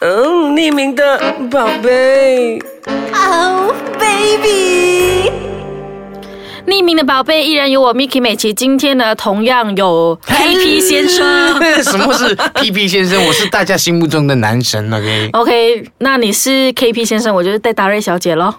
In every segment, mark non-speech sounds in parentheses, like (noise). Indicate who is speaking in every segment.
Speaker 1: 嗯匿名的宝贝。
Speaker 2: Oh baby，
Speaker 3: 匿名的宝贝依然有我 Miki 美琪，今天呢同样 (laughs) 有 PP 先 (laughs) 生。
Speaker 4: (laughs) 什么是 PP 先生？我是大家心目中的男神，OK？
Speaker 3: 哦 OK，那你是 KP 先生，我就是戴达瑞小姐喽。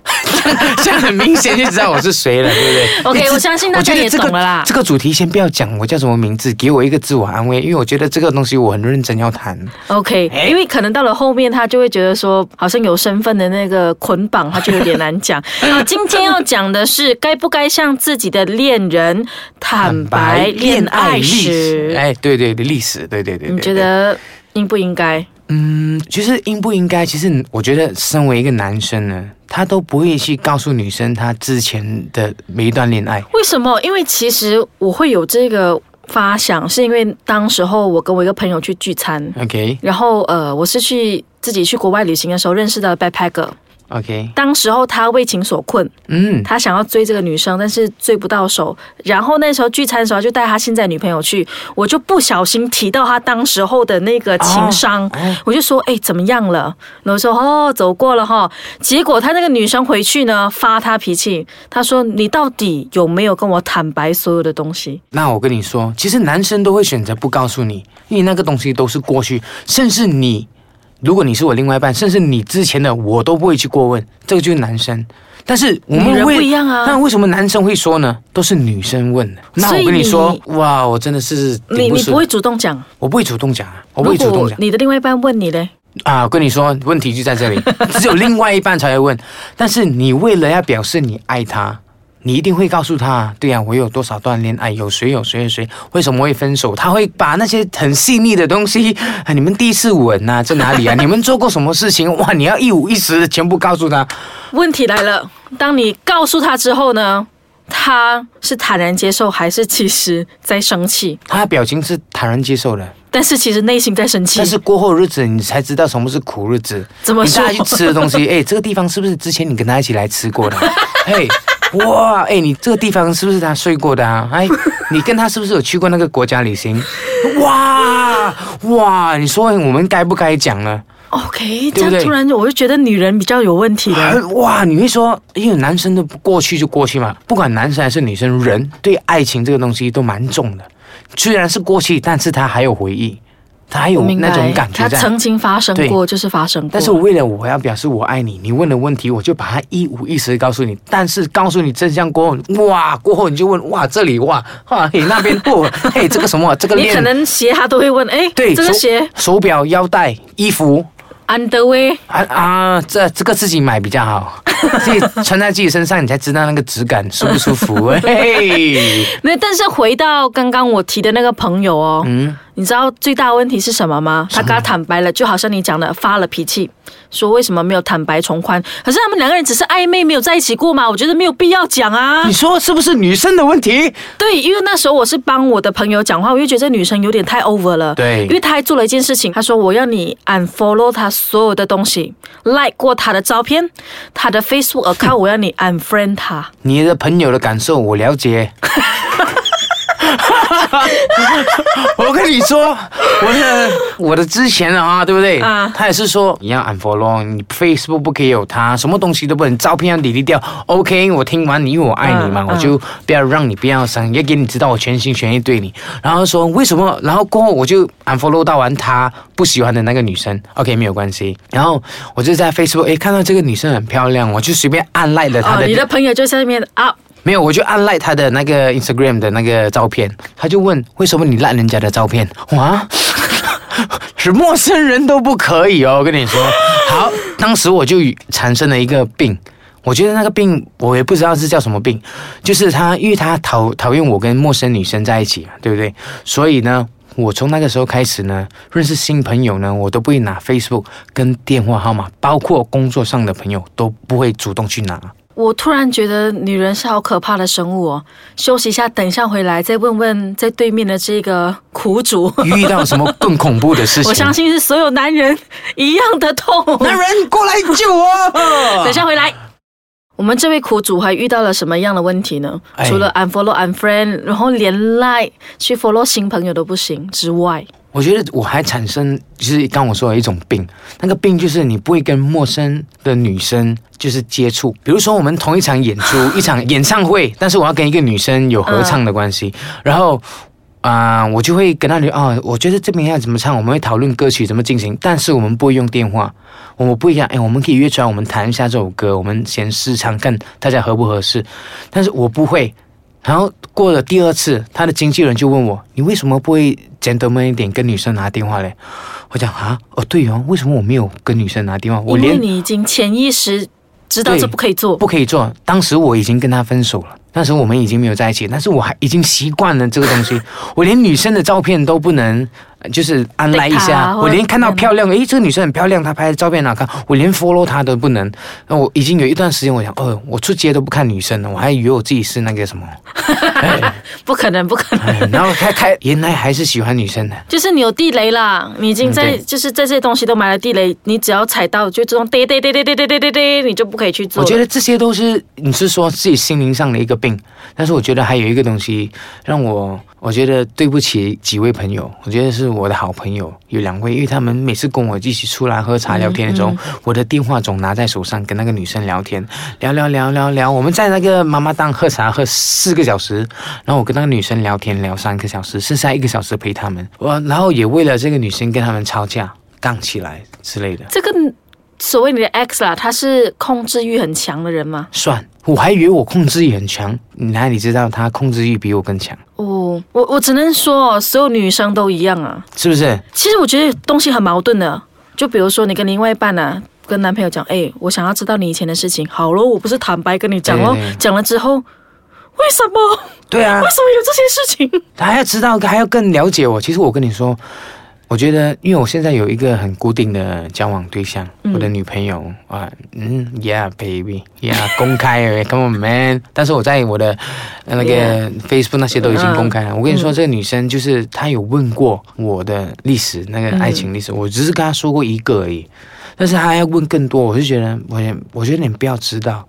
Speaker 4: 这样很明显就知道我是谁了，对不对
Speaker 3: (laughs) OK，
Speaker 4: 你这
Speaker 3: 我相信大家
Speaker 4: 我觉得
Speaker 3: 也懂了啦
Speaker 4: 这个。这个主题先不要讲我叫什么名字，给我一个自我安慰，因为我觉得这个东西我很认真要谈。
Speaker 3: OK，因为可能到了后面，他就会觉得说，好像有身份的那个捆绑，他就有点难 (laughs) 讲。好，今天要讲的是该不该向自己的恋人坦白恋爱史。
Speaker 4: 哎，对对对，历史，对对对对
Speaker 3: 你觉
Speaker 4: 对
Speaker 3: 得应不应该？
Speaker 4: 嗯，就是应不应该？其实我觉得，身为一个男生呢，他都不会去告诉女生他之前的每一段恋爱。
Speaker 3: 为什么？因为其实我会有这个发想，是因为当时候我跟我一个朋友去聚餐，
Speaker 4: OK
Speaker 3: 然后呃，我是去自己去国外旅行的时候认识的 backpacker。
Speaker 4: OK，
Speaker 3: 当时候他为情所困，
Speaker 4: 嗯，
Speaker 3: 他想要追这个女生，但是追不到手。然后那时候聚餐的时候就带他现在女朋友去，我就不小心提到他当时候的那个情商，
Speaker 4: 哦
Speaker 3: 我就说哎怎么样了？然后说哦走过了哈。结果他那个女生回去呢发他脾气，他说你到底有没有跟我坦白所有的东西？
Speaker 4: 那我跟你说，其实男生都会选择不告诉你，因为那个东西都是过去，甚至你，如果你是我另外一半，甚至你之前的我都不会去过问，这个就是男生。但是我们
Speaker 3: 女人
Speaker 4: 为
Speaker 3: 不一样啊
Speaker 4: 那为什么男生会说呢？都是女生问的。那
Speaker 3: 所以
Speaker 4: 我跟你
Speaker 3: 你
Speaker 4: 说，哇，我真的是顶
Speaker 3: 你你
Speaker 4: 顺
Speaker 3: 不会主动讲，
Speaker 4: 我不会主动讲啊，我不
Speaker 3: 如
Speaker 4: 会主动
Speaker 3: 果
Speaker 4: 讲。
Speaker 3: 你的另外一半问你嘞，
Speaker 4: 啊，我跟你说，问题就在这里，只有另外一半才会问。但是你为了要表示你爱他，你一定会告诉他，对呀、我有多少段恋爱，有谁有谁有谁，为什么会分手？他会把那些很细腻的东西，啊、你们第一次吻呐、啊，在哪里啊？你们做过什么事情？哇，你要一五一十的全部告诉他。
Speaker 3: 问题来了，当你告诉他之后呢，他是坦然接受，还是其实在生气？
Speaker 4: 他的表情是坦然接受的，
Speaker 3: 但是其实内心在生气
Speaker 4: 但。是过后日子你才知道什么是苦日子。
Speaker 3: 怎么
Speaker 4: 你
Speaker 3: 说
Speaker 4: 带他去吃的东 (laughs) 西，哎、这个地方是不是之前你跟他一起来吃过的、啊？嘿，哇，哎、你这个地方是不是他睡过的啊？哎，你跟他是不是有去过那个国家旅行？哇哇，你说我们该不该讲啊呢？
Speaker 3: OK，这
Speaker 4: 对不对
Speaker 3: 样突然我就觉得女人比较有问题了。
Speaker 4: 哇，你会说，因为男生的过去就过去嘛，不管男生还是女生，人对爱情这个东西都蛮重的。虽然是过去，但是他还有回忆，他还有
Speaker 3: 我明白
Speaker 4: 那种感觉
Speaker 3: 它
Speaker 4: 在。
Speaker 3: 曾经发生过，
Speaker 4: 对
Speaker 3: 就是发生过。
Speaker 4: 但是我为了我要表示我爱你，你问的问题我就把它一五一十地告诉你。但是告诉你真相过后，哇，过后你就问哇这里哇哇嘿那边不 (laughs) 嘿这个什么这个
Speaker 3: 你可
Speaker 4: 链
Speaker 3: 能鞋他都会问，哎，
Speaker 4: 对
Speaker 3: 这个
Speaker 4: 手
Speaker 3: 鞋
Speaker 4: 手表腰带衣服
Speaker 3: underwear
Speaker 4: 啊啊这这个自己买比
Speaker 3: (laughs)
Speaker 4: 较好，自己穿在自己身上你才知道那个质感舒不舒服。嘿， (laughs)
Speaker 3: 没有？但是回到刚刚我提的那个朋友哦，
Speaker 4: 嗯，
Speaker 3: 你知道最大的问题是什么吗？他跟他坦白了，就好像你讲的发了脾气，说为什么没有坦白从宽？可是他们两个人只是暧昧，没有在一起过嘛，我觉得没有必要讲啊
Speaker 4: 你。说是不是女生的问题？
Speaker 3: 对，因为那时候我是帮我的朋友讲话，我就觉得这女生有点太 over 了。
Speaker 4: 对
Speaker 3: 因为她还做了一件事情，她说我要你 unfollow 她所有的东西，like 过她的照片，她的
Speaker 4: (laughs)
Speaker 3: Facebook account 我要你 unfriend 她。
Speaker 4: 你的朋友的感受我
Speaker 3: (laughs)
Speaker 4: 了解。我跟你说，我的我的之前啊，对不对？
Speaker 3: 啊
Speaker 4: 他也是说你要 unfollow，你 Facebook 不可以有他，什么东西都不能，照片要 delete 掉。OK，我听完你，因为我爱你嘛，
Speaker 3: 嗯嗯
Speaker 4: 我就不要让你不要伤，也给你知道我全心全意对你。然后说为什么？然后过后我就 unfollow 到完他不喜欢的那个女生，OK 没有关系。然后我就在 Facebook 哎看到这个女生很漂亮，我就随便按赖了她
Speaker 3: 哦，
Speaker 4: 的
Speaker 3: 你的朋友就在那边啊，
Speaker 4: 没有，我就按赖他的那个 Instagram 的那个照片，他就问为什么你赖人家的照片？哇， (laughs) 是陌生人都不可以哦，我跟你说。好，当时我就产生了一个病，我觉得那个病我也不知道是叫什么病，就是他因为他讨讨厌我跟陌生女生在一起，啊对不对？所以呢。我从那个时候开始呢，认识新朋友呢，我都不会拿 Facebook 跟电话号码，包括工作上的朋友都不会主动去拿。
Speaker 3: 我突然觉得女人是好可怕的生物哦。休息一下，等一下回来再问问在对面的这个苦主，
Speaker 4: (laughs) 遇到什么更恐怖的事情？
Speaker 3: 我相信是所有男人一样的痛。
Speaker 4: 男人过来
Speaker 3: (laughs)
Speaker 4: 救我！
Speaker 3: 等一下回来。我们这位苦主还遇到了什么样的问题呢？
Speaker 4: 哎
Speaker 3: 除了 unfollow unfriend，然后连 like 去 follow 新朋友都不行之外，
Speaker 4: 我觉得我还产生就是刚我说的一种病，那个病就是你不会跟陌生的女生就是接触。比如说我们同一场演出、
Speaker 3: (laughs)
Speaker 4: 一场演唱会，但是我要跟一个女生有合唱的关系，
Speaker 3: 嗯
Speaker 4: 然后。啊、我就会跟她聊啊、我觉得这边要怎么唱，我们会讨论歌曲怎么进行，但是我们不会用电话，我们不一样，哎，我们可以约出来，我们谈一下这首歌，我们先试唱看大家合不合适，但是我不会。然后过了第二次，他的经纪人就问我：“你为什么不会 gentleman 一点跟女生拿电话嘞？”我讲啊，哦对哦，为什么我没有跟女生拿电话？我
Speaker 3: 因为
Speaker 4: 连
Speaker 3: 你已经潜意识知道
Speaker 4: 对
Speaker 3: 这不可以做，
Speaker 4: 不可以做。当时我已经跟他分手了，那时候我们已经没有在一起，但是我还已经习惯了这个东西， (laughs) 我连女生的照片都不能。呃就是安来一
Speaker 3: Take 她
Speaker 4: 下，
Speaker 3: 啊或者
Speaker 4: 我连看到漂亮，诶，这个女生很漂亮，她拍的照片很好看，我连 follow 她都不能。那我已经有一段时间，我想，哦，我出街都不看女生了，我还以为我自己是那个
Speaker 3: (laughs)
Speaker 4: 什么，
Speaker 3: 不可能，不可能。
Speaker 4: 哎然后开开，原来还是喜欢女生的。
Speaker 3: 就是你有地雷啦，你已经在、
Speaker 4: 嗯对
Speaker 3: 就是在这些东西都埋了地雷，你只要踩到就自动跌跌跌跌跌跌跌跌跌，你就不可以去做
Speaker 4: 我
Speaker 3: 了。
Speaker 4: 觉得这些都是你是说自己心灵上的一个病，但是我觉得还有一个东西让我，我觉得对不起几位朋友，我觉得是我的好朋友有两位，因为他们每次跟我一起出来喝茶聊天的时候，我的电话总拿在手上跟那个女生聊天，聊聊聊聊聊，我们在那个妈妈档喝茶喝四个小时，然后我跟那个女生聊天聊三个小时，剩下一个小时陪他们，我然后也为了这个女生跟他们吵架、杠起来之类的。
Speaker 3: 这个所谓你的 X 啦，他是控制欲很强的人吗？
Speaker 4: 算，我还以为我控制欲很强，哪里知道他控制欲比我更强，
Speaker 3: 哦，我我只能说哦，所有女生都一样啊。
Speaker 4: 是不是？
Speaker 3: 其实我觉得东西很矛盾的，就比如说你跟另外一半啊，跟男朋友讲，哎，我想要知道你以前的事情，好咯，我不是坦白跟你讲咯，
Speaker 4: 对对对
Speaker 3: 讲了之后，为什么？
Speaker 4: 对啊
Speaker 3: 为，什么有这些事情？
Speaker 4: 他还要知道，还要更了解我。其实我跟你说，我觉得，因为我现在有一个很固定的交往对象，我的女朋友啊，嗯，Yeah baby，Yeah，公开而已，Come on man。但是我在我的呃那个 Facebook 那些都已经公开了。我跟你说，这个女生就是她有问过我的历史，那个爱情历史，我只是跟她说过一个而已。但是她还要问更多，我就觉得，我也我觉得你不要知道，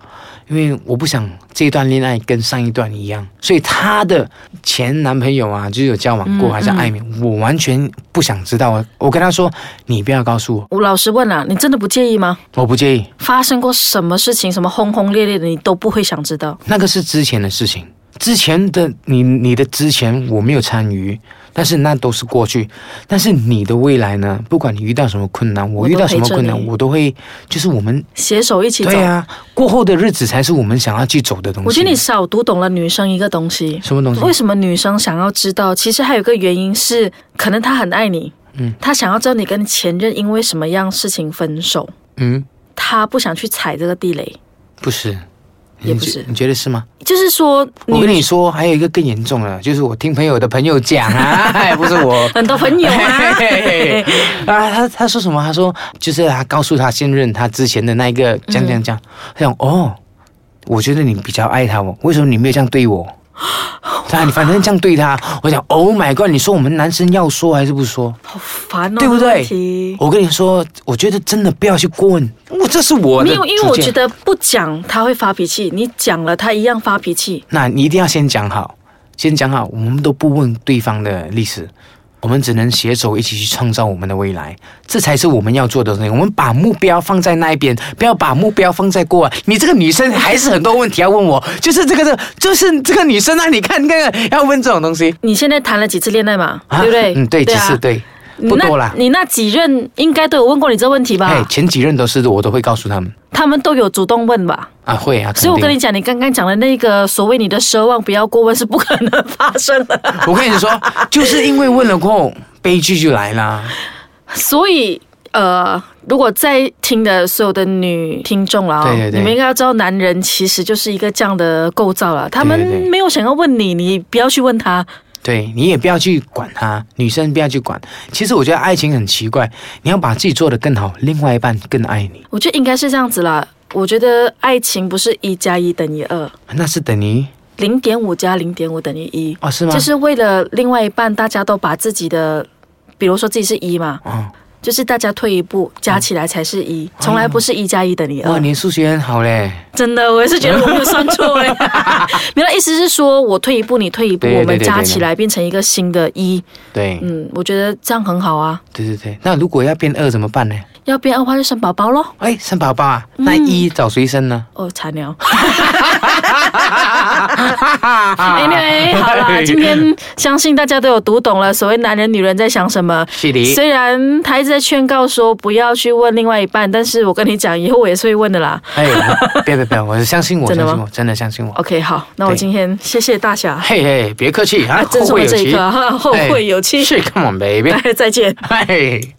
Speaker 4: 因为我不想这一段恋爱跟上一段一样，所以她的前男朋友啊，就是有交往过，还是暧昧，我完全不想知道。我我跟她说，你不要告诉我，
Speaker 3: 我老实问啦、你真的不介意吗？
Speaker 4: 我不介意，
Speaker 3: 发生过什么事情，什么轰轰烈烈的，你都不会想知道。
Speaker 4: 那个是之前的事情。之前的你，你的之前我没有参与，但是那都是过去。但是你的未来呢？不管你遇到什么困难，我
Speaker 3: 我都
Speaker 4: 遇到什么
Speaker 3: 陪着
Speaker 4: 困难，
Speaker 3: 你
Speaker 4: 我都会，就是我们
Speaker 3: 携手一起走。
Speaker 4: 对啊，过后的日子才是我们想要去走的东西。
Speaker 3: 我觉得你少读懂了女生一个东西。
Speaker 4: 什么东西？
Speaker 3: 为什么女生想要知道？其实还有一个原因是，可能她很爱你，嗯，她想要知道你跟前任因为什么样事情分手，
Speaker 4: 嗯，
Speaker 3: 她不想去踩这个地雷。
Speaker 4: 不是，
Speaker 3: 也
Speaker 4: 你
Speaker 3: 不
Speaker 4: 觉
Speaker 3: 是
Speaker 4: 你觉得是吗？
Speaker 3: 就是说，
Speaker 4: 我跟你说，还有一个更严重的，就是我听朋友的朋友讲
Speaker 3: (laughs)
Speaker 4: 啊，哎不是我。
Speaker 3: 很多
Speaker 4: (laughs)
Speaker 3: 朋友啊，(laughs)
Speaker 4: 嘿嘿嘿哎啊，他他说什么？他说就是他告诉他现任他之前的那一个这样这样这样，
Speaker 3: 嗯
Speaker 4: 他讲哦，我觉得你比较爱他哦，为什么你没有这样对我？他你反正这样对他，我讲 Oh my God！你说我们男生要说还是不说？
Speaker 3: 好烦哦，
Speaker 4: 对不
Speaker 3: 这个问
Speaker 4: 对
Speaker 3: 题？
Speaker 4: 我跟你说，我觉得真的不要去过问，我这是我的
Speaker 3: 没
Speaker 4: 主见。
Speaker 3: 有，因为我觉得不讲她会发脾气，你讲了她一样发脾气。
Speaker 4: 那你一定要先讲好，先讲好，我们都不问对方的历史，我们只能携手一起去创造我们的未来，这才是我们要做的事情。我们把目标放在那一边，不要把目标放在过来。你这个女生还是很多问题要问我，就是这个这，就是这个女生啊，你看你看看要问这种东西，
Speaker 3: 你现在谈了几次恋爱嘛？对不对？
Speaker 4: 嗯，对，其
Speaker 3: 啊
Speaker 4: 实。对，
Speaker 3: 你
Speaker 4: 不
Speaker 3: 那
Speaker 4: 多啦。
Speaker 3: 你那几任应该都有问过你这问题
Speaker 4: 哎
Speaker 3: 吧，？
Speaker 4: 前几任都是我都会告诉他们
Speaker 3: 他们都有主动问吧？
Speaker 4: 啊，会啊，
Speaker 3: 所以我
Speaker 4: 肯定
Speaker 3: 跟你讲，你刚刚讲的那个所谓你的奢望不要过问是不可能发生的。
Speaker 4: 我跟你说，就是因为问了过后，悲剧就来啦。
Speaker 3: (laughs) 所以呃，如果在听的所有的女听众啦、哦，
Speaker 4: 对对对
Speaker 3: 你们应该要知道，男人其实就是一个这样的构造了，他们
Speaker 4: 对对对
Speaker 3: 没有想要问你，你不要去问他。
Speaker 4: 对你也不要去管他，女生不要去管。其实我觉得爱情很奇怪，你要把自己做得更好，另外一半更爱你，
Speaker 3: 我觉得应该是这样子啦。我觉得爱情不是一加一等于二，
Speaker 4: 那是等于
Speaker 3: 零点五加零点五等于一。
Speaker 4: 哦，是吗？
Speaker 3: 就是为了另外一半，大家都把自己的，比如说自己是一嘛，
Speaker 4: 哦，
Speaker 3: 就是大家退一步加起来才是一，从来不是一加一等于
Speaker 4: 嗯哎哇，
Speaker 3: 二。
Speaker 4: 你数学很好嘞，
Speaker 3: 真的，我也是觉得我没有算错
Speaker 4: (laughs)
Speaker 3: 哎。没有，意思是说我退一步，你退一步，
Speaker 4: 对对
Speaker 3: 我们
Speaker 4: 对
Speaker 3: 加
Speaker 4: 对
Speaker 3: 起来变成一个新的一。
Speaker 4: 对，
Speaker 3: 嗯，我觉得这样很好啊。
Speaker 4: 对对对。那如果要变二怎么办呢？
Speaker 3: 要变二的话就生宝宝咯。
Speaker 4: 哎，生宝宝啊，
Speaker 3: 嗯
Speaker 4: 那一找谁生呢？
Speaker 3: 哦，惨了。
Speaker 4: Anyway，啊 (laughs)
Speaker 3: Anyway，好哎啦，今天相信大家都有读懂了所谓男人女人在想什么。
Speaker 4: 是的
Speaker 3: 虽然他一直在劝告说不要去问另外一半，但是我跟你讲，以后我也是会问的啦。
Speaker 4: 哎，别别别，我相信我，
Speaker 3: (laughs) 真的
Speaker 4: 相
Speaker 3: 吗哦
Speaker 4: 信我，真的相信我。
Speaker 3: OK，好，那我
Speaker 4: 对
Speaker 3: 今天谢谢大侠，
Speaker 4: 嘿嘿，别客气啊，
Speaker 3: 珍
Speaker 4: 后
Speaker 3: 重
Speaker 4: 会
Speaker 3: 了
Speaker 4: 有
Speaker 3: 这一啊
Speaker 4: 期
Speaker 3: 刻，，哈后会有期。 (laughs) 哎
Speaker 4: 是，come on baby，
Speaker 3: 再见。
Speaker 4: 嘿。